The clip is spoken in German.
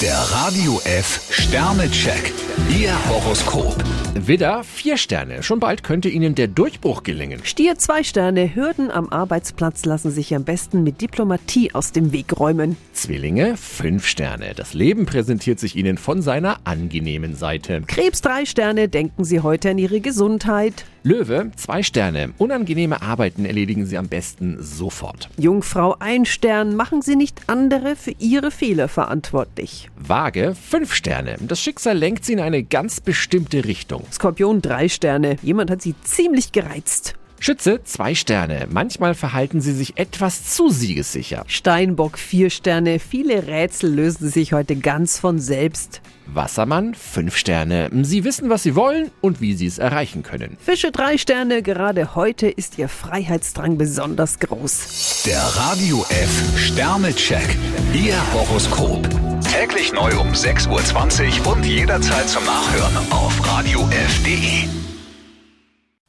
Der Radio F Sternecheck. Ihr Horoskop. Widder, vier Sterne. Schon bald könnte Ihnen der Durchbruch gelingen. Stier zwei Sterne, Hürden am Arbeitsplatz lassen sich am besten mit Diplomatie aus dem Weg räumen. Zwillinge, fünf Sterne. Das Leben präsentiert sich Ihnen von seiner angenehmen Seite. Krebs drei Sterne, denken Sie heute an Ihre Gesundheit. Löwe, zwei Sterne. Unangenehme Arbeiten erledigen Sie am besten sofort. Jungfrau ein Stern, machen Sie nicht andere für Ihre Fehler verantwortlich. Waage, fünf Sterne. Das Schicksal lenkt Sie in eine ganz bestimmte Richtung. Skorpion drei Sterne, jemand hat Sie ziemlich gereizt. Schütze, zwei Sterne. Manchmal verhalten Sie sich etwas zu siegessicher. Steinbock vier Sterne, viele Rätsel lösen sich heute ganz von selbst. Wassermann, fünf Sterne. Sie wissen, was Sie wollen und wie Sie es erreichen können. Fische drei Sterne, gerade heute ist Ihr Freiheitsdrang besonders groß. Der Radio F Sternecheck. Ihr Horoskop. Täglich neu um 6.20 Uhr und jederzeit zum Nachhören auf Radio E. radiof.de.